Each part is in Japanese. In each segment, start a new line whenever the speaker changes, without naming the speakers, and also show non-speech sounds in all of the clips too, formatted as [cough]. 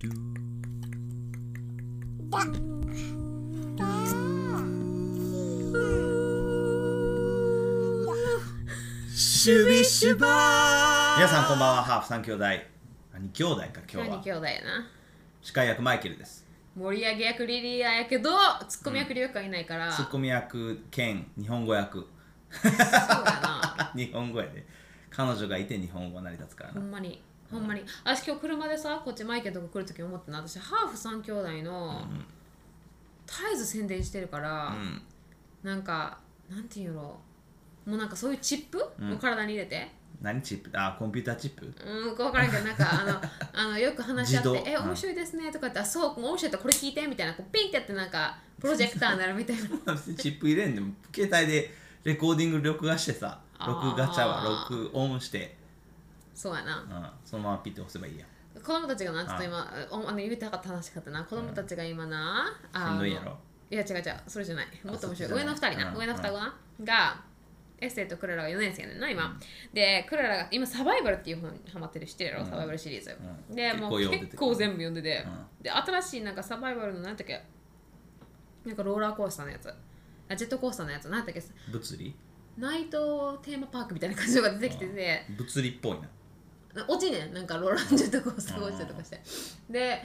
ドゥ
だだ
シュビシュバー皆さんこんばんはハーフ三兄弟兄兄弟か今日
何
は
兄弟やな
司会役マイケルです
盛り上げ役リリアやけどツッコミ役リュウカいないから、
ツッコミ役兼日本語役
そうだな
日本語やで彼女がいて日本語成り立つから
ほ
なん
まにほんまに私今日車でさこっちマイケルとか来るとき思ってな私ハーフ三兄弟の、絶えず宣伝してるから、
ん
なんかなんていうのもうなんかそういうチップを体に入れて、
何チップあコンピューターチップ [laughs]
うん、分からんけど、なんかあのあのよく話し合って
自、動
え、面白いですねとかって、あ、そう、面白いってこれ聞いてみたいな、こうピンってやって、なんかプロジェクターになるみた
[laughs]
いな。
別にチップ入れんでも携帯でレコーディング録画してさ
あー
録画ちゃうわ録音して、
そうやな
う。ん、そのままピッて押せばいいや
子供たちがな、ちょっと今、おあの言いたかった話かったな、子供たちが今な、あ
しん
の
どい
い
やろ
や違う違う、それじゃない。もっと面白い。
そっ
上
ちじ
の
ゃな
二
い
人な、
うん
上の双子な、が、エッセイとクララが4年生やねんな、今。で、クララが今、サバイバルっていう本にハマってるしてるやろ、
うん
サバイバルシリーズ。
うん
で、
結構
もう
読んでて
結構全部読んでて、
う
で、新しいなんかサバイバルの何だっけ、なんかローラーコースターのやつ、あジェットコースターのやつ、何だっけ、
物理
ナイトテーマパークみたいな感じのが出てきてて、
物理っぽいな
落ちねんなんかローランジェットコースターが落ちたりとかしてで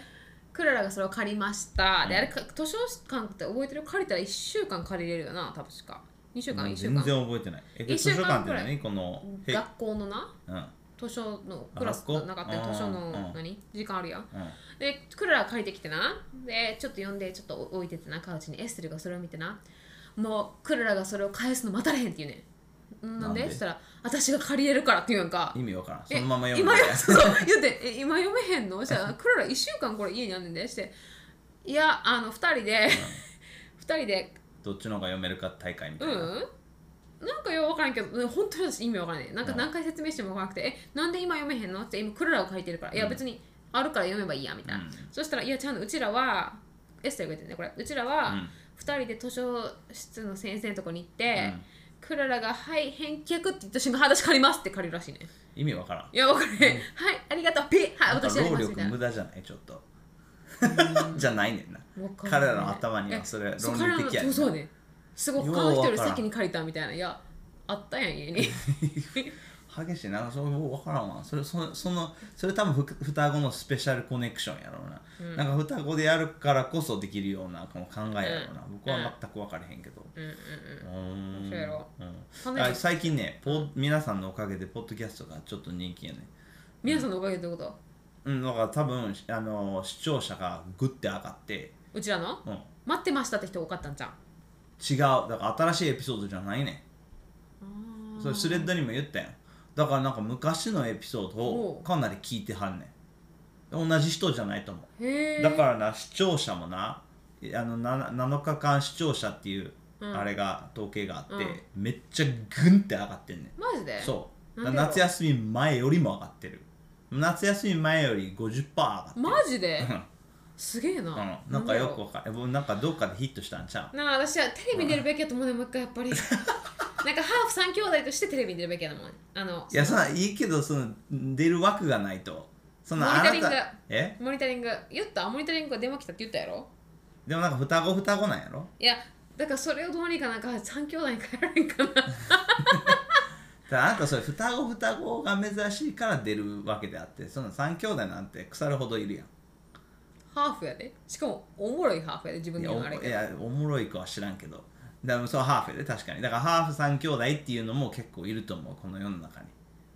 クララがそれを借りましたであれか図書館って覚えてる借りたら1週間借りれるよな確か2週間
もう
1週
全然
間
覚えてないえこれ
一週間
図書館って
くらい
何このへ
学校のな
うんうん
図書のクラス
学校
なかったよ図書
うん
の
うん
何時間あるやんでクララ借りてきてなでちょっと読んでちょっと置いててなカウチにエステルがそれを見てなもうクララがそれを返すの待たれへんって言うねんんなんで
なんで
したら私が借りれるからって言うんか
意味わからんそ
え
のまま読む
今
だけ
よそうそう言ってえ今読めへんのじ
[laughs]
ゃあクララ1週間これ家にあんねんでしていやあの2人で2人で
どっちの方が読めるか大会みた
う
い
ん
な、
なんかよう分からんけどうん本当に私意味分からんねんなんか
うん
何回説明しても分からなくてえなんで今読めへんのって今クララを書いてるからいや別にあるから読めばいいやみたいな、
うん
そしたらいやちゃんとうちらはエッセイが言ってんねこれうちらは
うん
2人で図書室の先生のとこに行って、
うん
クララが「はい返却」って言った瞬間「私借ります」って借りるらしいねん
意味わからん
いや、わかる。はい、ありがとう。ピッ、はい、
なんか
私やり
労
ますみ
力
たいな
無。駄じゃないちょっと [laughs] じゃないねんな
わかんない
彼らの頭にはそれ
えそう
論理的
彼ら
やね
の
ん
そうそう
な
ね。すごい、
よう
他の人より
わからん
先に借りたみたいな。いや、あったやん、家に。
激しいなそれ分からんわそれそのそのそれ多分ふ双子のスペシャルコネクションやろうな、なんか双子でやるからこそできるようなこの考えやろうな、僕は全く分からへんけど
うんうん
うーん
そうやろ
うんあ最近ねポッ皆さんのおかげでポッドキャストがちょっと人気やね
皆さんのおかげってこと
うんだから多分あの視聴者がグッて上がって、
うちらの
うん、
待ってましたって人多かったんじゃん。
違うだから新しいエピソードじゃないねんそれスレッドにも言ったやんだからなんか昔のエピソード
お
を
う
かなり聞いてはんねん同じ人じゃないと思
へ
う
え。
だからな視聴者もなあのな 7, 日間視聴者っていうあれが、統計があって、めっちゃグンって上がってんねん
マジで
そう
なんでやろ
夏休み前よりも上がってる夏休み前より50%上がってる、
マジで
うん
すげえ
うん
な。
なんかよく
だろ
わかる僕なんかどっかでヒットしたんちゃ
う。なあ、私はテレビに出るべきやと思うね、もう一回やっ
[laughs]
ぱり。なんかハーフ三兄弟としてテレビに出るべきやと思う。あの
うい、やそんなんいいけどその出る枠がないとそんなあ
モニ
な
タ
た
リング
え
モニタリング、言ったモニタリングが電話来たって言ったやろ
でもなんか双子双子なんやろ
いやだからそれをどうにかなんか3兄弟に変えられんかな [laughs]
ただあなたそれ双子双子が珍しいから出るわけであってその三兄弟なんて腐るほどいるやん
ハーフやでしかもおもろいハーフやで自分
い
で
や
言う
お
のあれや
い
けど
やおもろい子は知らんけどだからそうハーフやで確かにだからハーフ三兄弟っていうのも結構いると思うこの世の中にだか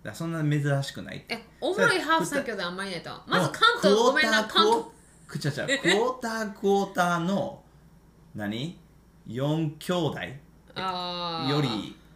らそんな珍しくない
えおもろいハーフ3兄弟あんまりいないとまず関
ク
東
ォ
ご
ー
めんな
ター
関東
クォーちゃちゃクォータークォーターの何4兄弟
あー
よ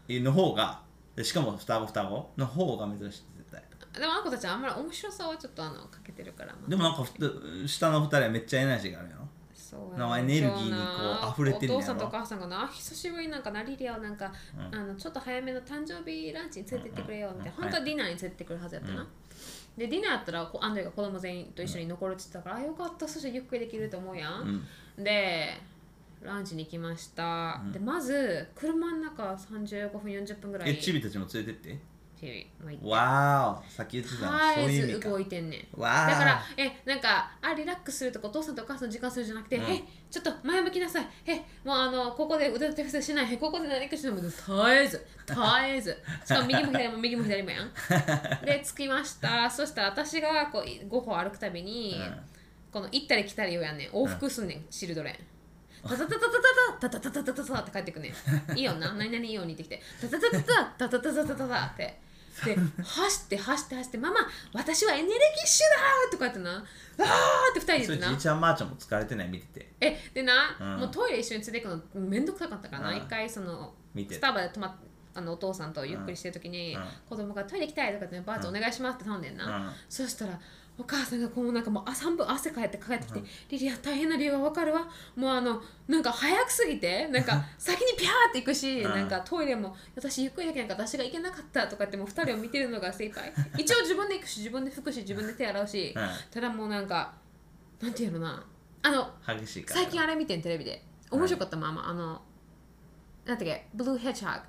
りの方がでしかも双子双子の方が珍しい絶対
でもあの子たちはあんまり面白さはちょっとあのかけてるから、まあ
でもなんかふた下の二人はめっちゃエナジーがあるよ
そう
なんかエネルギーにこう溢れてるんやろ
お父さんとお母さんがな久しぶりになんかなリリアをなんか、
うん
あのちょっと早めの誕生日ランチに連れてってくれよみたいな、
うんうんう
本
ん
当はディナーに連れてってくるはずやったな、でディナーやったらこうアンドレが子供全員と一緒に残るって言ってたから、あよかったそしてゆっくりできると思うやん、でランチに行きました、でまず車の中35分40分ぐらい
えチビたちも連れてって
日々もう
わーおさっき言ってたのそう
絶
いう意
えず
味か
動いてんねん
わー
だからえなんかあリラックスするとかお父さんとお母さんの時間するじゃなくて、
うん
えちょっと前向きなさいえもうあのここで腕立て伏せしないえここで何かしないもう絶えず絶えずしかも右も左も右も左も
[laughs]
やんで着きましたそしたら私がこう5歩歩くたびに、
うん
この行ったり来たりをやんねん往復すんねん、チルドレンタタタタタタタタタタタタタって帰ってくんねんいいよな何々いいようにってきてタタタタタタタタタタタタってで走って走って走ってママ私はエネルギッシュだーとかってなわーって二人
そ
で言っ
れじい
てな
ちゃんばあちゃんも疲れてない見てて
えでな、
うん
もうトイレ一緒に連れて行くのめんどくさかったからな、
うん
一回その
見て
スタバで泊まっあのお父さんとゆっくりしてる時に、
うん
子供がトイレ行きたいとかってねばあちゃんお願いしますって頼んでんな、
うん
そしたらお母さんがこうなんかもうあ半分汗かいて帰ってきて「リリア大変な理由がわかるわもうあのなんか早くすぎてなんか先にピャーって行くし、
うん
なんかトイレも私ゆっくりだけなんか私が行けなかった」とかってもう2人を見てるのが精一杯一応自分で行くし自分で拭くし自分で手洗うし、
うん
ただもうなんかなんていうのなあの
激しいから
最近あれ見てんテレビで面白かったままあのなんていうかブルーヘッジハグ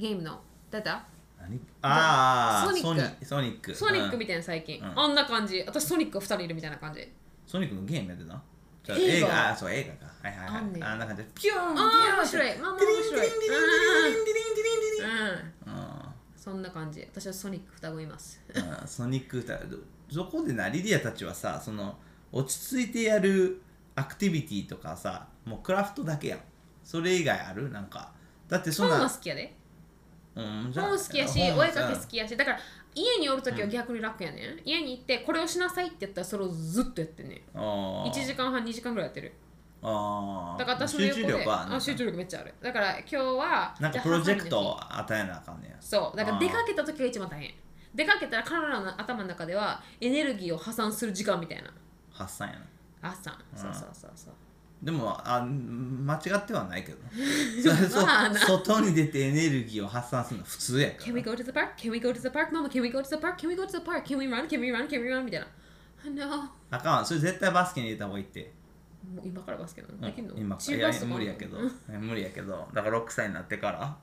ゲームのだだ
何ああ
ソ
ソ
ニ
ニ
ッ
ックソニック
ソニック
うん
みたいな最近、
うん
あんな感じ私ソニックが2人いるみたいな感じ
ソニックのゲームやってたじゃあ
映
映
画
画あそう映画かはいはいは
あ
い
んねん
あんな感じでピューン
あ
あ
あ面白いまあまあ面白いうんうん
うん
そんな感じ私はソニック双子います
うんソニック歌どそこでなリディアたちはさその落ち着いてやるアクティビティとかさもうクラフトだけやんそれ以外あるなんかだってそん
本は
な
好きやで
うんじゃあ
本好きやし
本
お
は
絵かき
うん
好きやしだから家におる時は逆に楽やねん、家に行ってこれをしなさいってやったらそれをずっとやってんねん
あー
1時間半2時間ぐらいやってる
あー
だから私の
集
横
中
で
力は
あ集中力めっちゃあるだから今日は
なん
じゃあ
かプロジェクト
ハ
を与えなあかんねや
サミの日そうだから
あー
出かけた時が一番大変出かけたら彼らの頭の中ではエネルギーを破産する時間みたいな
発散やな
あっさん
ん
そうそうそうそう
でもあ間違ってはない
[laughs]
けどなそれそ
まあな
外に出てエネルギーを発散するのは普通やから
Can we go to the park? Can we go to the park? ママ can we go to the park? Can we go to the park? Can we run? Can we run? Can we run? みたいな。あ No.
あかんわそれ絶対バスケに入れた方がいいって
もう今からバスケなの
うん
できんの
今
中
いや
学生
無理やけど無理やけどだから6歳になってから、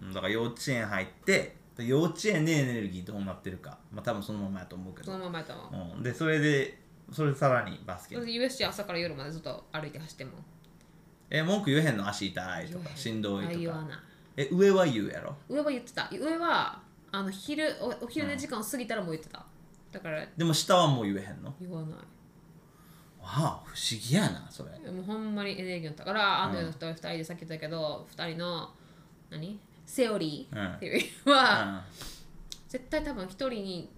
うんだから幼稚園入って幼稚園でエネルギーどうなってるかまあ多分そのままやと思うけ
そ
ど
のままやと思う。
うん、でそれでそれでさらにバスケ
それで USJ 朝から夜までずっと歩いて走っても。
え文句言えへんの足痛い
言
と
わへ
か
ん
しんどい
あ
と
言わ
か
ない。
え上は言うやろ
上は言ってた。上はあの昼おお昼寝時間を過ぎたらもう言ってた。だから
でも下はもう言えへんのわ
言わない。
あ不思議やなそれ
もうほんまにエネルギーのだから、あの夜の二人でさっき言ったけど、二人の何セオリー、
うん
っていうは、
うん
絶対多分一人に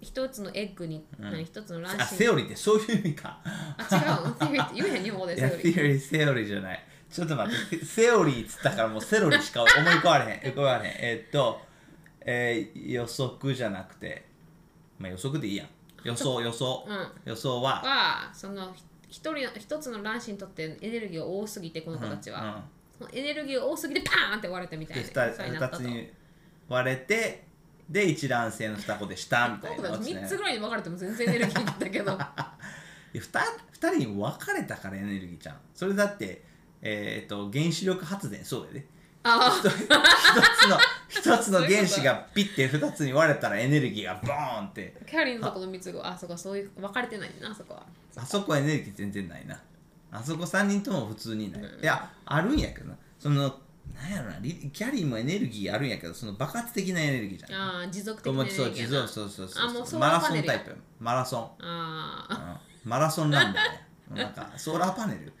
一つのエッグに、何一つの卵
あ
子に
セオリーってそういう意味か
あ違うセオリーって言えへん日本語で
い
セ
や
オ
セオ
リ
リ
ー
ーセオリーじゃないちょっと待ってセセオリーっつったからもうセロリしか思い浮かばれへん浮かばれへんえーっと、えー予測じゃなくてまあ予測でいいやん予想予想、
うん
予想は
はそのひ一人の一つの卵子にとってエネルギーが多すぎてこの子たちは、そのエネルギーが多すぎてパーンって割れたみた
で
い
2,
なそうになった
つ
と
に割れてで一卵性の双子でしたみたいなやつね
3つぐらいに分かれても全然エネルギーだった
[laughs]
けど
いや 2, 人に分かれたからエネルギーちゃんそれだってえーっと原子力発電そうだよね
あ
一つの一つの原子がピッて二つに割れたらエネルギーがボーンって
キャリーのとこの三つ子あそこはそういう分かれてないんだなあそこは
あそこはエネルギー全然ないなあそこ三人とも普通にない、いやあるんやけどなそのなんやろなリキャリーもエネルギーあるんやけどその爆発的なエネルギーじゃん
ああ持続的
友
なエ
達
ネ
そう
ルギ
自
ーや
動
な
そうそう
あも
そう
う
そ
ソー
うマ
ラ
ラ
ーパ
ソ
ネ
ン
ル
タ
や
イプやマラソン
ああ
うんマラソンランナーねなんかソーラーパネル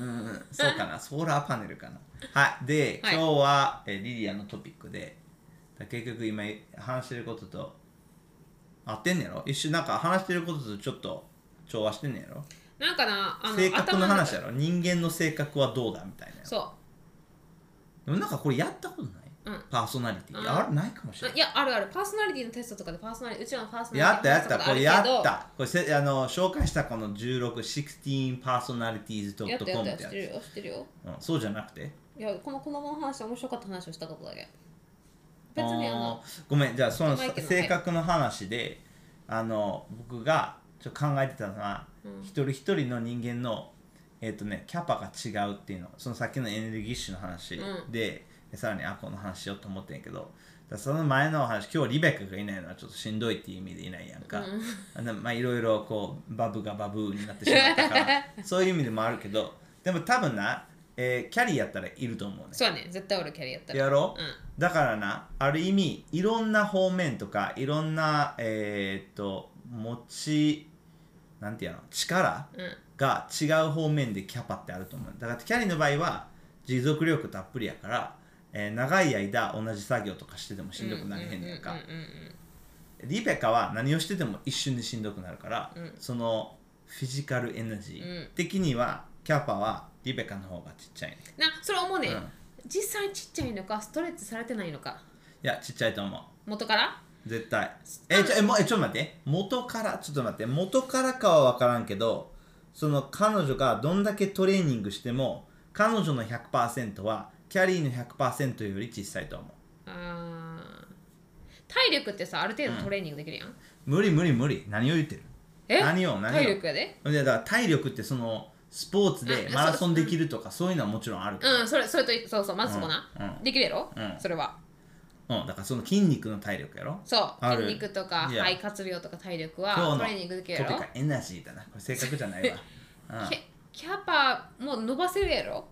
うーんそうかなソーラーパネルかなはいで、
はい
今日はえーリリアのトピックでだ結局今話してることと合ってんねやろ一瞬なんか話してることとちょっと調和してんねやろ
なんかなあの
性格の
頭
話
中
やろ人間の性格はどうだみたいな
そ
でもなんかこれやったことない、
うん
パーソナリティ、
うん
あれないかもし
うあ
れない
いやあるあるパーソナリティのテストとかでパーソナリティうちらのパーソナリティ
やったやった
の
これ
テストとかあ
や
るけど
ったこれせあの紹介したこの1616 personalities.com
や
っ
ってたやった知
やつ
ってるよ知ってるよ
うん、そうじゃなくて
いやこの子供の話面白かった話をしたことだけ別にあの
あーごめんじゃあその
マイケルの
性格の話であの僕がちょっと考えてたのは、一人一人の人間のえっ、とねキャパが違うっていうのそのさっきのエネルギッシュの話
う
で、さらにアコの話しようと思ってんやけどらその前のお話今日リベックがいないのはちょっとしんどいっていう意味でいないやんか、 [laughs] あのまあいろいろこうバブがバブーになってしまったから
[laughs]
そういう意味でもあるけどでも多分な、えーキャリーやったらいると思うね
そうやね絶対俺キャリアやったら
やろう、
うん
だからなある意味いろんな方面とかいろんなえーっと持ちなんていうの力
うん
が違う方面でキャパってあると思うだからキャリーの場合は持続力たっぷりやから、えー長い間同じ作業とかしててもしんどくなれへんねんか、
うんうんうん
リベカは何をしてても一瞬でしんどくなるから、
うん
そのフィジカルエナジ
うん
ー的には、キャパはリベカの方がちっちゃいね
なそれ思うね、
うん
実際ちっちゃいのかストレッチされてないのか
いやちっちゃいと思う
元から
絶対えちょえもうえちょっと待って元からちょっと待って元からかは分からんけどその彼女がどんだけトレーニングしても彼女の100%はキャリーの100%より小さいと思う
あー体力ってさある程度トレーニングできるやん、
無理無理無理何を言ってる
え
何を何を
体力やで
いやだから体力ってそのスポーツで
あ
マラソンできるとかそういうのはもちろんあるけど
うんそれそれといそうそうまずそこな、
うんうん
できるやろ、
うん
それは
うん、だからその筋肉の体力やろ
そう
ある
筋肉とか
いや
肺活量とか体力
今
は
日
ト
の
レーニングできるや
ト
ろ
ピカエナジーだなこれ正確じゃないわ、うん、
キャキャパもう伸ばせるやろ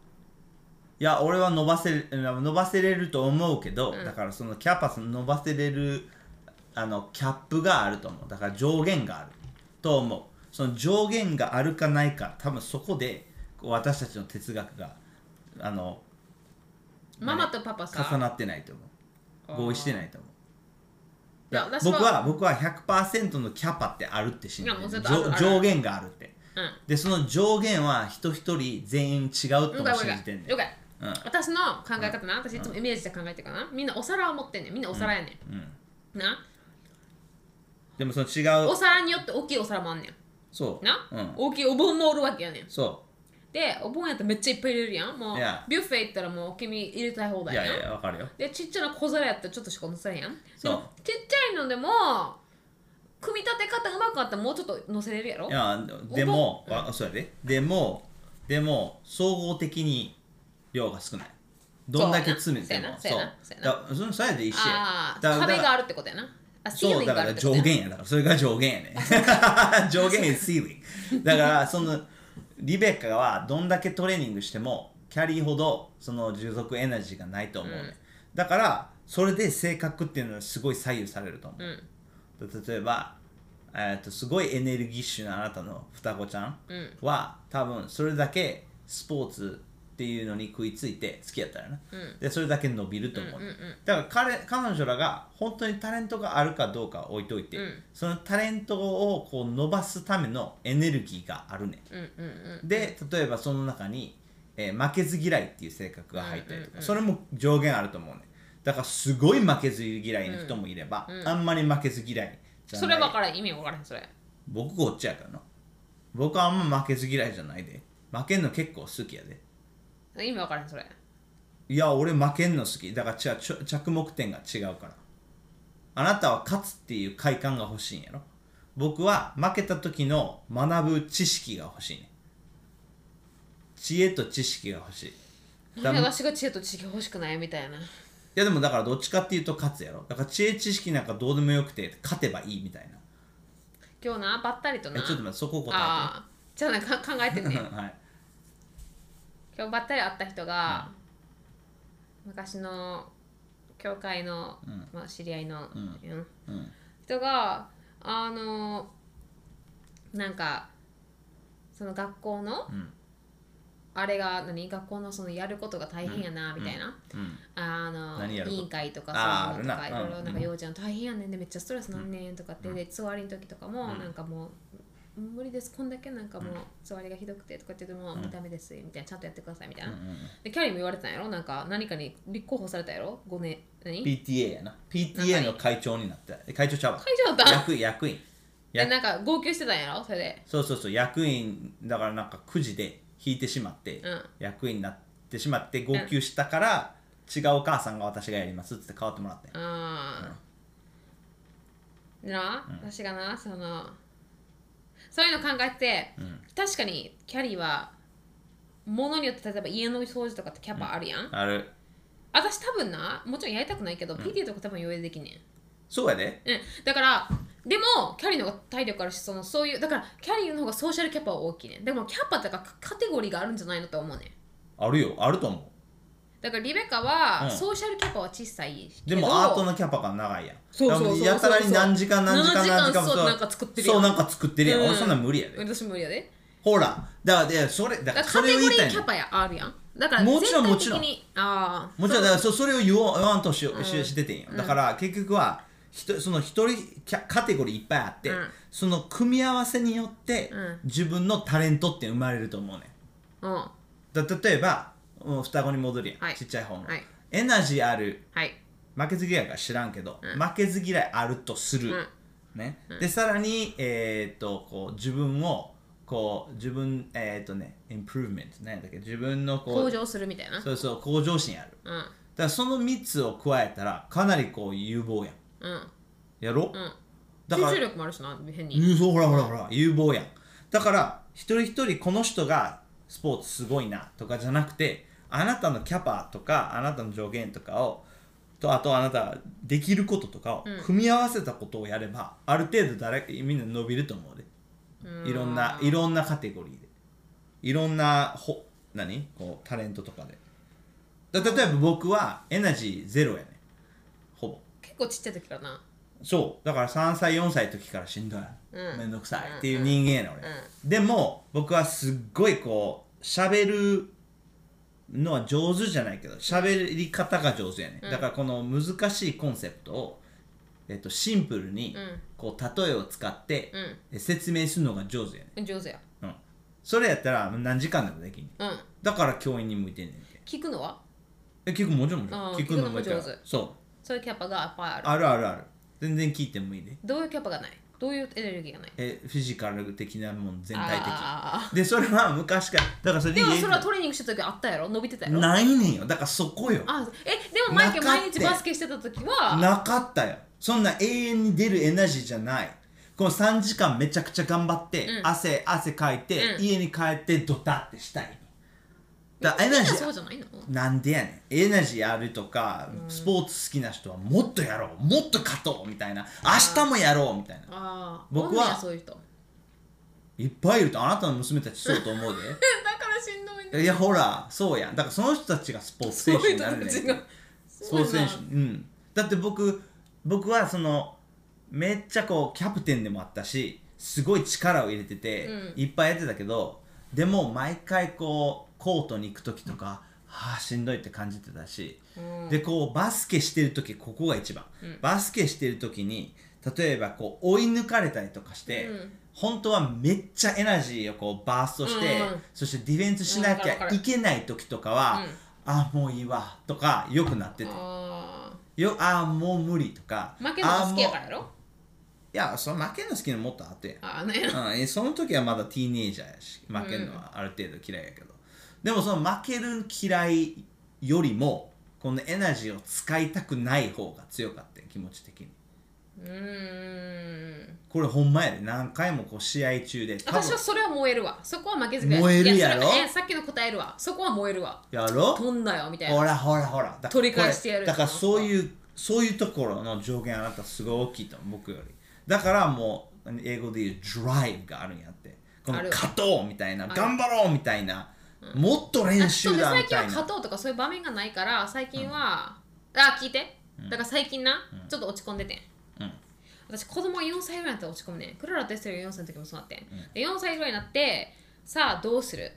いや俺は伸ばせる伸ばせれると思うけど、
うん
だからそのキャパス伸ばせれるあのキャップがあると思うだから上限があると思うその上限があるかないか多分そこでこう私たちの哲学があの
ママとパパさ
重なってないと思う合意して
い
ないと思
い
う
や私は
僕は僕は100%のキャパってあるって信じて
いやも
る
う絶対ある
上
ある
上限があるって
うん
でその上限は人一人全員違う
了
とも
解
信
了
じて
解
んねん
了解
うん
私の考え方な私いつもイメージで考えてるからなみんなお皿を持ってんねんみんなお皿やね
うん
んな
でもその違う
お皿によって大きいお皿もあんねん
そう
な、
うん
大きいお盆もおるわけやねん
そ
でお盆やったらめっちゃいっぱい入れるやんもう
いや
ビュッフェ行ったらもう君入れたい放
う。い
題や
や
ん
いや、わかるよ。
でちっちゃな小皿やったらちょっとしか載せれへんやんで
そう
もちっちゃいのでも組み立て方うまくあったらもうちょっと載せれるやろ
いや、でも、わそうやで。でも、でも、総合的に量が少ない。どんだけ詰めても。
そ
そう
や
う
な。そうやな
だからそのそうやで一緒
あ
や。
あ壁が
あ
あるってことやなあシーリン
そう、
グ
だ
があ
か
るっ
ら
てこと
上
やな
限や。だから、それが上限やね。
[laughs]
[laughs] 上限 is ceiling。だから、その、リベッカはどんだけトレーニングしても、キャリーほど、その持続エナジーがないと思うね。
うん
だから、それで性格っていうのはすごい左右されると思う。
うん
例えば、えー、とすごいエネルギッシュなあなたの双子ちゃん
う
は、多分それだけスポーツっていうのに食いついて好きやったらな、
うん
でそれだけ伸びると思う、
うんうんうん
だから彼彼女らが本当にタレントがあるかどうかは置いといて、
うん
そのタレントをこう伸ばすためのエネルギーがあるね、
うんうんうん
で例えばその中に、えー負けず嫌いっていう性格が入ったりとか、
うんうんうん
それも上限あると思うねだからすごい負けず嫌いの人もいれば、あんまり負けず嫌いじゃ
そ
な
れ
い
分からん意味分からへんそれ
僕こっちやからな僕はあんま負けず嫌いじゃないで負けんの結構好きやで
意味分からへんそれ
いや俺負けんの好きだから違うちょ着目点が違うからあなたは勝つっていう快感が欲しいんやろ僕は負けた時の学ぶ知識が欲しいね知恵と知識が欲しいだ
なんで私が知恵と知識欲しくないみたいない
やでもだからどっちかっていうと勝つやろだから知恵知識なんかどうでもよくて勝てばいいみたいな
今日なばったりとな
えちょっと待ってそこ答
ああじゃあなんか考えて
えて
ね
[laughs] はい
今日ばったり会った人が、昔の教会の、まあ、知り合いの、うん
うん
人があのなんかその学校の、
ん
あれが何学校のそのやることが大変やな、みたいな。
うん
あの
何やる
委
こと
員会とか
あー
そういうのと
あ
かい
るな
ろいろなんか
うん
幼稚園大変やねんでめっちゃストレスなんねんとかってで座りの時とかもなんかもう無理ですこんだけなんかもう座りがひどくてとかって言ってももうダメですみたいなちゃんとやってくださいみたいなでキャリーも言われてたんやろなんか何かに立候補されたやろ5年何会
PTA やな PTA の会長になったえ会長ちゃうわ
長だった
役員役員
で
役
なんか号泣してたんやろそれで
そうそうそう役員だからなんかくじで引いてしまって、
うん
役員になってしまって号泣したから、違うお母さんが私がやりますっつって変わってもらって、
あーでな、私がなそのそういうの考えて、確かにキャリーはものによって例えば家の掃除とかってキャパあるやん、
ある
私多分なもちろんやりたくないけど、PT とか多分余裕でできんねん
そうやで
うん、だからでもキャリーの方が体力あるしそのそういうだからキャリーの方がソーシャルキャパは大きいねでもキャパとかカテゴリーがあるんじゃないのと思うね
あるよあると思
だからリベカは、
うん
ソーシャルキャパは小さいけ
う
ど
でもアートのキャパが長いやん
そうそうそうそう
やたらに何時間何時間何時間
そう
そう
なんか作ってるやん
そうなんか作ってるやん、
うん
俺そんなん無理やで
私無理やで
ほらだからでそれだ
だ
か
かららカ
それ
テゴ
を言い
リ
たい
ー
ね
キ
ん
ャパやあるやんだから
もちろん
全体的にああ
もちろんだからそそれを言おう言わんとしよう、ししててんよだから結局はひとその一人キャカテゴリーいっぱいあって、
うん
その組み合わせによって、
うん
自分のタレントって生まれると思うねん
うんは
だ例えばうん双子に戻るやん、
はい
ちっちゃい方の、
はい
エナジーある
い
負けず嫌いか知らんけど、
うん
負けず嫌いあるとする、
うん
ねでさらに、えー、とこう自分をこう自分えっ、とねインプルーメント何だっけ自分のこう
向上するみたいな
そうそう向上心ある
うん
だからその3つを加えたらかなりこう有望やん
うん
やろ、
うん
だから
集中力もあるしな変に
うんそうほらほらほら有望やんだから一人一人この人がスポーツすごいなとかじゃなくてあなたのキャパとかあなたの上限とかをとあとあなたができることとかを組み合わせたことをやれば、ある程度誰みんな伸びると思うでいろんないろんなカテゴリーでいろんなほ何こうタレントとかでだ例えば僕はエナジーゼロやねほぼ
結構ちっちゃい時からな
そうだから3歳4歳の時からしんどい、
うん
めんどくさいっていう人間やね、俺、
う
でも僕はすっごいこう喋るのは上手じゃないけど喋り方が上手やね、だからこの難しいコンセプトを、えっと、シンプルに
うん
こう例えを使って
うん
え説明するのが上手やね、
うん上手や
うん、それやったら何時間でもできんねん
うん
だから教員に向いてんねんて
聞くのは
え聞くもちろんもちろん
あー
聞く
聞く
のも
のも上手
やったらそう
そういうキャパがいっぱいある
あるあるある全然聞いてもいいで
どういうキャパがないどういうエネルギーがない
えフィジカル的なもん全体
あ
的でそれは昔からだからそれ
でもそれは
言
トレーニングした時あったやろ伸びてた
え
やろ
ないねんよだからそこよ
あえでもマイケル
なかって
毎日バスケしてた時は
なかったよそんな永遠に出るエナジーじゃないこの3時間めちゃくちゃ頑張って、
うん
汗汗かいて、
うん
家に帰ってドタってしたいだからエ
みんな
ナジ
そう
ー
じゃないの
なんでやねんエナジーあるとか、スポーツ好きな人はもっとやろうもっと勝とうみたいな明日もやろうみたいな
ああ
僕は
そういう人だ
いっぱいいるとあなたの娘たちそうと思
[laughs]
う
からしんどい
で [laughs] いやほらそうやんだからその人たちがスポーツ
そう
選手
いう
に
人
なる
た
ねん
ちが
スポーツ選手うんだって僕僕はそのめっちゃこうキャプテンでもあったしすごい力を入れてて、
う
いっぱいやってたけどでも毎回こうコートに行く時とか、はあしんどいって感じてたし、
うん
でこうバスケしてる時ここが一番、バスケしてる時に例えばこう追い抜かれたりとかして、
うん
本当はめっちゃエナジーをこうバーストして、
うんうん
そしてディフェンスしな
うんわか
き
るわ
ゃ
かる
いけない時とかは、
うん
あもういいわとかよくなってて
あ
よあーもう無理とか
あ負けるのが好きやから
あーもう
やろ
いやその負けんの好きなのもっとあって
ああね
うんえ、その時はまだティーネイジャーやし負けるのはある程度嫌いやけど、でもその負ける嫌いよりもこのエナジーを使いたくない方が強かったよ気持ち的に
うーん
これほんまやで何回もこう試合中で多分
私はそれは燃えるわそこは負けず嫌い
燃えるやろ
いそれえさっきの答えるわそこは燃えるわ
やろ
飛んだよみたい
ほ
な
らほらほらだから
取り返してやる
これだからそういうそういうところの上限あなたすごい大きいと思う僕よりだからもう英語で言うドライブがあるんやってこの
ある
勝とうみたいな頑張ろうみたいなもっと練
あそう
習
で
だみ
最近
た
はい
な
勝とうとかそういう場面がないから最近は、あ聞いてだから最近な、ちょっと落ち込んでてん
うん
私子供4歳ぐらいになったら落ち込むねんクララとエステル4歳の時もそうなってん、で4歳ぐらいになってさあどうする、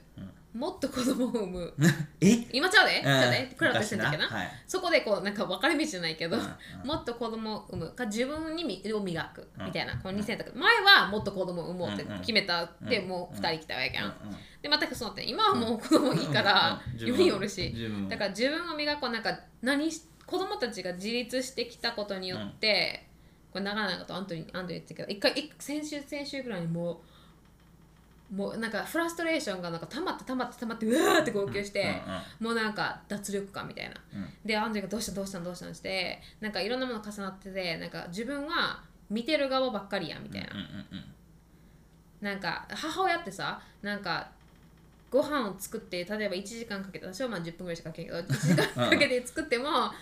もっと子供を産む
え
今ちゃうで、
ん
ちゃうでクララとエステルの時やな
昔なはい
そこでこうなんか分かれ道じゃないけど、
うんう
もっと子供を産むか自分にみを磨くみたいな、この2選択前はもっと子供を産もうって決めたって、
うんうん
もう2人来たわけやん、
うんうん
でまたそうなって今はもう子供いいから
うん
4人おるし
自分も
だから自分を磨こうなんか何し子供たちが自立してきたことによって、これ長々とアントニーアントニー言ってたけど一回一先週先週ぐらいにもうもうなんかフラストレーションがなんか溜まって溜まって溜まってうわーって号泣して、
うんうん
もうなんか脱力感みたいな、
うん
でアンドリューがどうしたどうしたどうしたんしてなんかいろんなもの重なっててなんか自分は見てる側ばっかりやみたいな、
うんうんうん
なんか母親ってさなんかご飯を作って例えば1時間かけて私はまあ10分ぐらいしかかけんけど1時間かけて作ってもま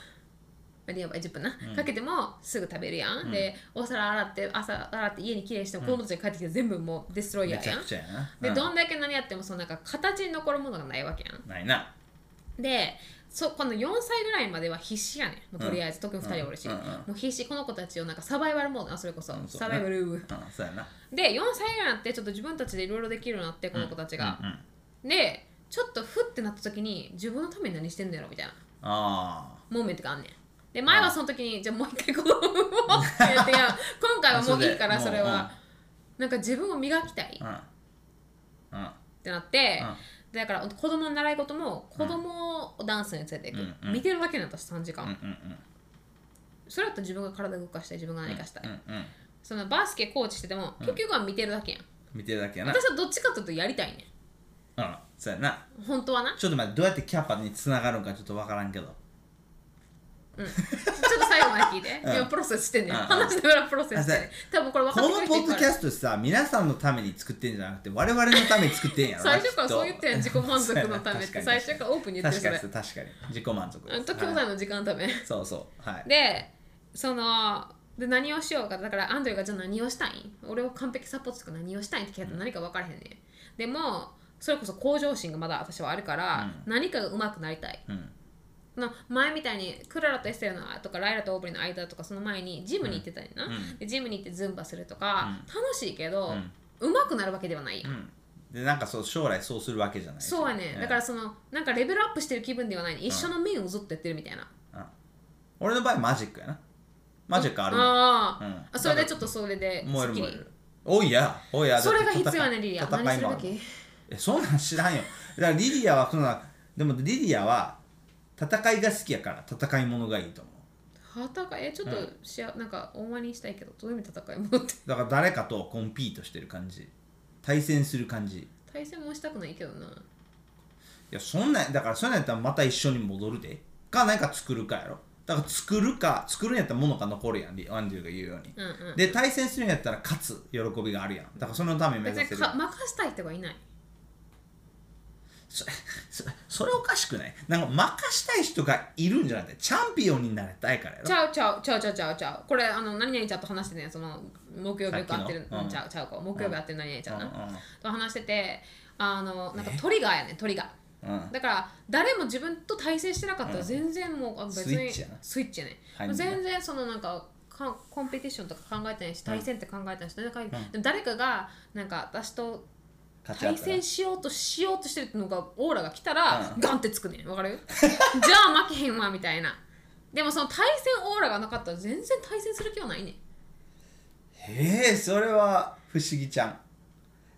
あやばい10分な、
うん
かけてもすぐ食べるやん、
うん
でお皿洗って朝洗って家にきれいにしても子供たちが帰ってきて全部もうデストロイ
め
ヤー
ちゃ
やん
くちゃやな。
で
うん
どんだけ何やってもそのなんか形に残るものがないわけやん
ないな。
でそこの4歳ぐらいまでは必死やねんもうとりあえず、特に2人おるし、
うんうんうん
もう必死この子たちをなんかサバイバルモードなそれこそ、
うんそう
サ
ね
バイバル
うん、そうやな。
で4歳ぐらいになってちょっと自分たちでいろいろできるようになってこの子たちが
う、んうん
でちょっとふってなった時に自分のために何してんのやろみたいな
あ
モーメントがあんねんで前はその時にじゃあもう一回子供を産もうって言ってい
[laughs]
や今回はもういいからそ
それ
れ
で
はなんか自分を磨きたいっ
あ。うん。うん。
てなって
うん
だから子供の習い事も子供をダンスに連れていく、
うんうん
見てるだけなんだ私3時間、
うんうん
それだったら自分が体動かしたい自分が
うん。
何かしたい、
うんうん。
そのバスケコーチしてても結局は見てるだけやん、
見てるだけやな。
私はどっちかというとやりたいね
うん。そうやな。
ん本当はな
ちょっと待って、どうやってキャパにつながるのかちょっとわからんけど。
ちょっと最後まで聞いて。
うん
今プロセスしてんねん。
うん
話しながらプロセスして
あそ
ね
う。
多分これ分
こ
かって
の
く
ポ
れて
ッドキャ
る
ストさ、皆さんのために作ってんじゃなくて、我々のために作ってんやろな。
最初からそう言っ
きと
てんやん自己満足のためっ
確か
て
に
最初からオープンに言って
確
るそ
かに
れ
そう確かに自己満足
うん
です
と兄
は
弟
い
の時間のため
そうそうはい
でそので何をしようかだからアンドリューがじゃあ何をしたい俺を完璧サポートするから何をしたいって聞いたら何か分からへんねんでもそれこそ向上心がまだ私はあるから、何かが上手くなりたい
うん
の前みたいにクララとエステルのとかライラとオーブリーの間とかその前にジムに行ってたりな、
うん
でジムに行ってズンバするとか、楽しいけど、
ん
うまくなるわけではないやん、
うんでなんかそう将来そうするわけじゃない
そうやね、だから
ら
そのなんかレベルアップしてる気分ではない、一緒の面をずっとやってるみたいな
俺の場合マジックやなマジックあるもん
あー、
うん
あそれでちょっとそれで
燃え
す
る
っき
燃え
り
るおいやおいや
それが
だって
必要やね
戦い
リリア
戦い
何する
もあ
べ
る
き
えそんなん知らんよ [laughs] だからリリアはそんなでもリリアは戦いが好きやから戦いものがいいと思う
戦いえちょっとしあ、なんか大間にしたいけどどういう意味戦いものって [laughs]
だから誰かとコンピートしてる感じ対戦する感じい
対戦もしたくないけどな
やそんなんだからそんなんやったらまた一緒に戻るでか何か作るかやろだから作るか作るんやったら物が残るやんリアンデューが言うように、
うんうん
で対戦するんやったら勝つ喜びがあるやんだからそのため目
別
指
に
せる
か任したい人がいない
そそそれおかしくないなんか任したい人がいるんじゃなくてチャンピオンになりたいからやろ
ちゃうちゃうちゃうちゃうちゃうちゃうこれあの何々ちゃんと話してねその木曜日よく
さっ
会
きの
ってる
うん
うんちゃうちゃう子木曜日会ってる何々ちゃんな、
う
と話しててあのなんかトリガーやねトリガー
んうんうん
だから誰も自分と対戦してなかったら全然もうあ別に
スイッチやな
スイッチやね
はい
全然そのなんかかコンペティションとか考えてないし対戦って考えてないし、なんかでも誰かがなんか私と
勝ち合
対
ったら
戦しようとしようとしてるのがオーラが来たら、
うん
ガンってつくねんわかるじゃあ負けへんわみたいなでもその対戦オーラがなかったら全然対戦する気はないねん
へえそれは不思議ちゃん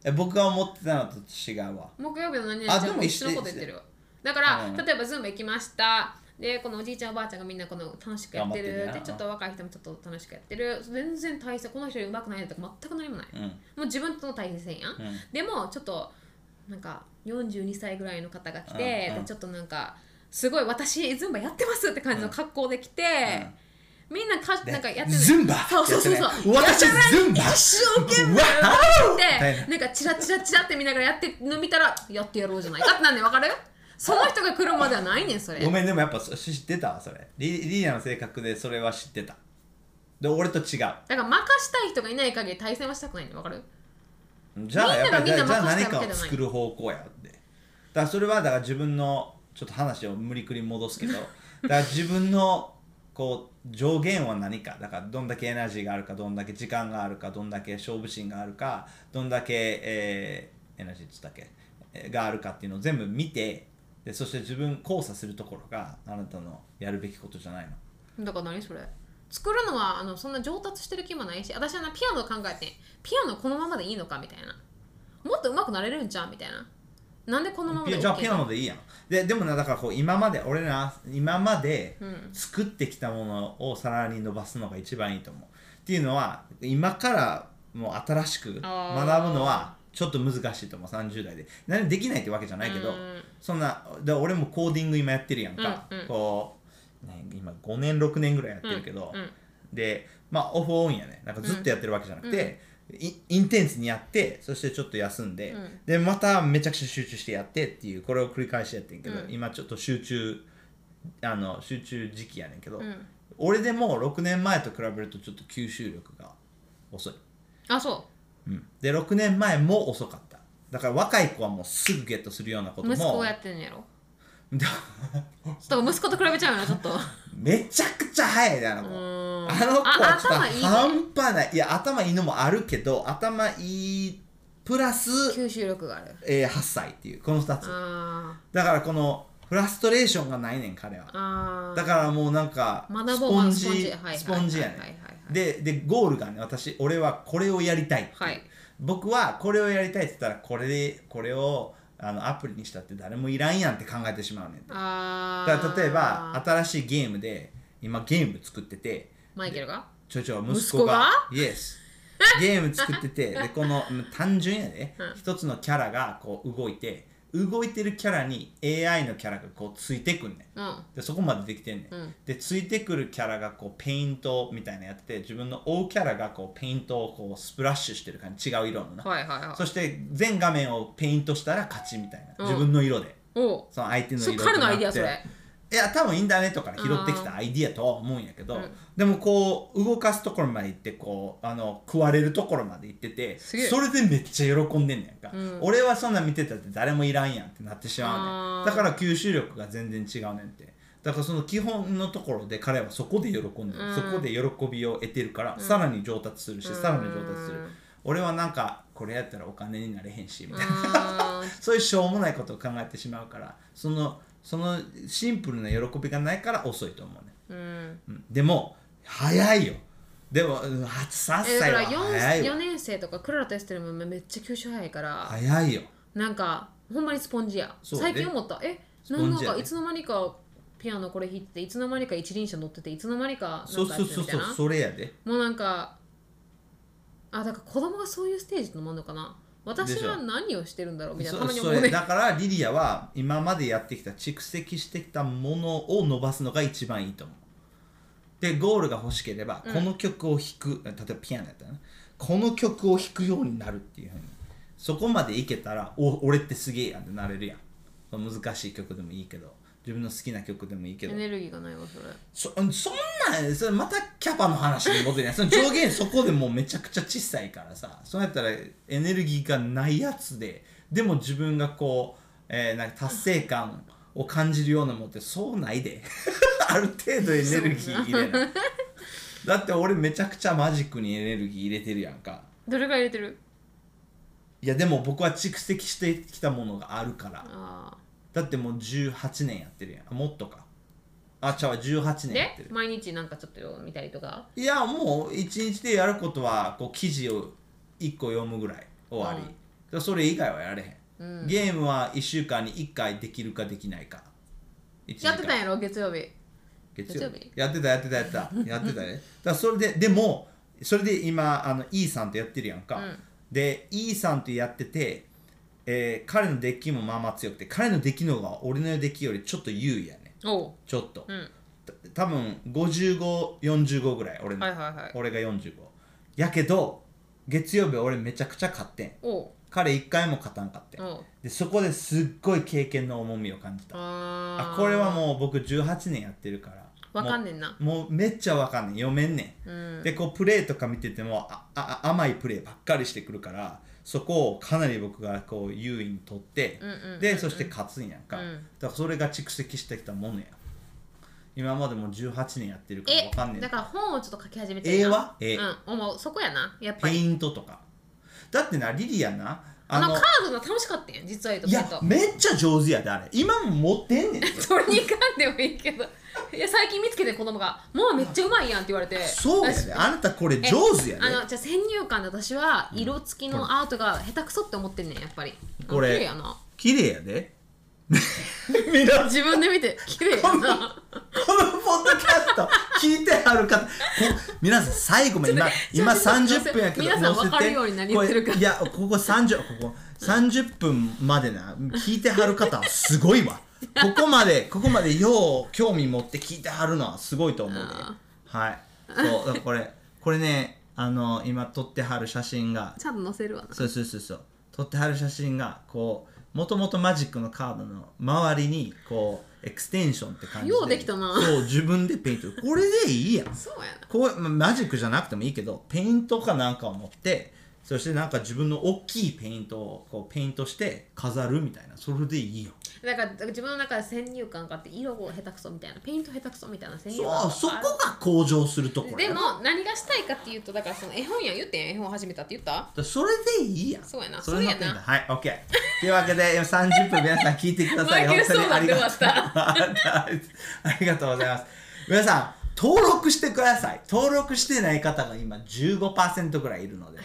え僕が思ってたのと違うわ
木曜日の何々
あ
ち
で
ゃん
も
も一
一
緒
緒
のこと言ってるよだから、
うん
例えばズンバ行きましたでこのおじいちゃんおばあちゃんがみんなこの楽しくやってる
頑張ってる
で
ね
ちょっと若い人もちょっと楽しくやってる全然大差この人より上手くないとか全く何もない、
うん
もう自分との対戦やん、
うん
でもちょっとなんか42歳ぐらいの方が来て、
うんうん
でちょっとなんかすごい私ズンバやってますって感じの格好で来て、みんなかなんかやってる
ズンバ
そうそうそうそう
やってね私
やたらに
ズンバ
一生懸命
わお
でなんかチラチラチラって見ながらやって飲みたらやってやろうじゃないかってなんでわかるその人が来るまではないねんそれ
ごめんでもやっぱそ知ってたわそれリリーナの性格でそれは知ってたで俺と違う
だから任したい人がいない限り対戦はしたくないねんわかる
じゃあやっぱり
み
じ
んな
ゃ
が
あ
みんな任
何
せた
か
わけ
を
じゃない
作る方向やってだからそれはだから自分のちょっと話を無理くり戻す
[laughs]
けどだから自分のこう上限は何かだからどんだけエナジーがあるかどんだけ時間があるかどんだけ勝負心があるかどんだけ、えーエナジーっつったっけえーがあるかっていうのを全部見てでそして自分交差するところがあなたのやるべきことじゃないの
だから何それ作るのはあのそんな上達してる気もないし私はなピアノ考えてんピアノこのままでいいのかみたいなもっと上手くなれるんじゃんみたいななんでこのままで
ピ
OK
じゃあピアノでいいやんででもなだからこう今まで俺ら今まで作ってきたものをさらに伸ばすのが一番いいと思うっていうのは今からもう新しく学ぶのはちょっと難しいと思う30代で何もできないってわけじゃないけど
うん
そんなで俺もコーディング今やってるやんか、
うんうん
こう、ね、今5年6年ぐらいやってるけど、
うんうん
でまあオフオンやねなんかずっとやってるわけじゃなくて、イインテンスにやってそしてちょっと休んで、
うん
でまためちゃくちゃ集中してやってっていうこれを繰り返してやってんけど、
うん
今ちょっと集中あの集中時期やねんけど、
うん
俺でも6年前と比べるとちょっと吸収力が遅い、
あそ
うん、で6年前も遅かっただから若い子はもうすぐゲットするようなこと
う息子
も
をやってんのや
[laughs]
ろ
で
だから息子と比べちゃうよなちょっとう
めちゃくちゃ早いであの子、
ーん
あの子はちょっと
頭いいね
半端ないいや頭いいのもあるけど頭いいプラス、
吸収力がある
えー8歳っていうこの2つ
あ
だからこのフラストレーションがないねん彼
ー
は
あー
だからもうなんか
学
ス
ぼう
ポン
スポンジ
ジ
はいはい
スポンジやね
はいはいはい
んででゴールがね私俺はこれをやりたいってう
はい
僕はこれをやりたいって言ったらこれでこれをあのアプリにしたって誰もいらんやんって考えてしまうねんだ
あ
か
ー
ら例えば新しいゲームで今ゲーム作ってて
マイケルが
ちょいちょい
息
息
子
子
が
がイエスゲーム作っててでこのうん単純やで、
うん
一つのキャラがこう動いて動いてるキャラに AI のキャラがこうついてくんねん
うん
でそこまでできてんねん、
うん
でついてくるキャラがこうペイントみたいなのやってて自分の追うキャラがこうペイントをこうスプラッシュしてる感じ違う色のな、
はいはいはい
そして全画面をペイントしたら勝ちみたいな、
うん
自分の色で
おう
その相手の
それ
色で
彼のアイディアそ
[laughs]
れ
いや多分インターネットから拾ってきたアイディアとは思うんやけど、
うん
でもこう動かすところまで行ってこうあの食われるところまで行ってて
すげえ
それでめっちゃ喜んでんねやんか、
うん
俺はそんなん見てたって誰もいらんやんってなってしま
あ
うねん
ー
だから吸収力が全然違うねんってだからその基本のところで彼はそこで喜んでる、
うん
そこで喜びを得てるから、さらに上達するし、さらに上達する
うん
俺はなんかこれやったらお金になれへんしみたいな、
あー
そういうしょうもないことを考えてしまうからそのそのシンプルな喜びがないから遅いと思うね、
うん
うん、でも早いよでもう
え
ん8
だ
歳
から
は早い
4,
よ
4年生とかクララとエステルもめっちゃ吸収早いから
早いよ
なんかほんまにスポンジや
そう
最近思ったえ
ス
なん
ポン
なん
ジや
か
ね
いつの間にかピアノこれ弾いてていつの間にか一輪車乗ってていつの間にかな
そ
ん
う
か
そうそう
みたい
そう
な
それやで
もうなんかあだから子供がそういうステージのもんのかな私は何をしてるんだろうみたいなた
そ
まに
そ
思う
れ
ね
だからリリアは今までやってきた蓄積してきたものを伸ばすのが一番いいと思うでゴールが欲しければ、この曲を弾く例えばピアノやったらねこの曲を弾くようになるっていうふうにそこまでいけたらお俺ってすげえやんってなれるやんその難しい曲でもいいけど自分の好きな曲でもいいけ
エ
ど
ネルギーがないわそれ
そそんなんそれまたキャパの話に戻るやんその上限そこでもうめちゃくちゃ小さいからさそうやったらエネルギーがないやつででも自分がこう、えーなんか達成感を感じるようなもんってそうないで [laughs] ある程度エネルギー入れないだって俺めちゃくちゃマジックにエネルギー入れてるやんか
どれぐらい入れてる
いやでも僕は蓄積してきたものがあるから
あ
だってもう18年やってるやんあもっとかあちゃうわ18
ー
年やって
で
る
毎日なんかちょっと見たりとか
いやもう一日でやることはこう記事を1個読むぐらい終わり、
うん
だからそれ以外はやれへん、ゲームは1週間に1回できるかできないか1時
や
間
ってたんやろ月曜日
月曜
月曜日
日やってたやってた
[laughs]
やってたやってたねだからそれででもそれで今あの E さんとやってるやんか、
うん
で E さんとやってて、えー彼のデッキもまあまあ強くて彼のデッキの方が俺のデッキよりちょっと優位やね
おう
ちょっと、
うん
た多分5545ぐらい俺の
はいはいはい
俺が45やけど月曜日俺めちゃくちゃ勝ってん
おう
彼一回も勝たんかってん
おう
でそこですっごい経験の重みを感じた
あ
あ
ー
これはもう僕18年やってるから
わかんねんな
もうもうめっちゃわかんねん読めんね、
うんん
でこうプレーとか見ててもああ甘いプレーばっかりしてくるからそこをかなり僕がこう優位に取って、
うんうんうんうん
でそして勝つんやんか、
うん
だからそれが蓄積してきたものや今までもう18年やってるからわ
え
かんねん
だから本をちょっと書き始めて
絵は絵
うん思うそこやなやっぱ
ペ
り
イントとかだってなリリアな
あ
あ
の
の
カードの楽しかったやん実は言うと
いやめっちゃ上手やであれ今も持って
[laughs]
んねん
それにかんでもいいけどいや最近見つけて子供が「もうめっちゃうまいやん」って言われて
そうや
私
であなたこれ
え
上手やで
あのじゃあ先入観で私は色付きのアートが下手くそって思ってんねんやっぱり
これ
あ綺麗やな
綺麗や
[laughs]
でみんな
自分で見て綺麗やな
このポッドキャスト聞いてある方こ皆さん最後まで今今
ちょっと
30分やけど
皆さん分かるように何言ってるか
これいやここ30ここ30分までな聞いてはる方はすごいわ
[laughs]
ここまでここまでよう興味持って聞いてはるのはすごいと思うで
あ
はいそうだからこれこれねああの今撮ってはる写真が
ちゃんと載せるわな
そうそうそうそう撮ってはる写真がこうもともとマジックのカードの周りにこうエクステンションって感じで
ようできたな
そう自分でペイントこれでいいやん
そうやな
こうまマジックじゃなくてもいいけどペイントかなんかを持ってそしてなんか自分の大きいペイントをこうペイントして飾るみたいなそれでいいよ
だからだから自分の中で先入観があって色を下手くそみたいなペイント下手くそみたいな先入観が
そうそこ
ある
が向上するところ
で
やなだか
も何がしたいかっていうとだからその絵本やん言ってん絵本始めたって言った
らそれでいいやん
そうやな
それなってんだ
そ
はい OK というわけで今30分皆 [laughs] さん聞いてください
マイ
本
ケル
当にありがとう
そうな
[laughs] ありがとうございます皆さん登録してください登録してない方が今15%ぐらいいるので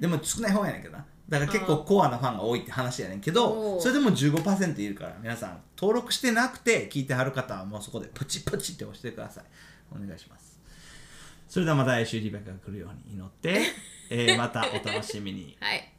でも少ない方やねんけどなだから結構コアなファンが多いって話やねんけ
お
ど
ー
それでも15%いるから皆さん登録してなくて聞いてはる方はもうそこでプチプチって押してくださいお願いしますそれではまた来週リベカが来るように祈って、えーまたお楽しみに
はい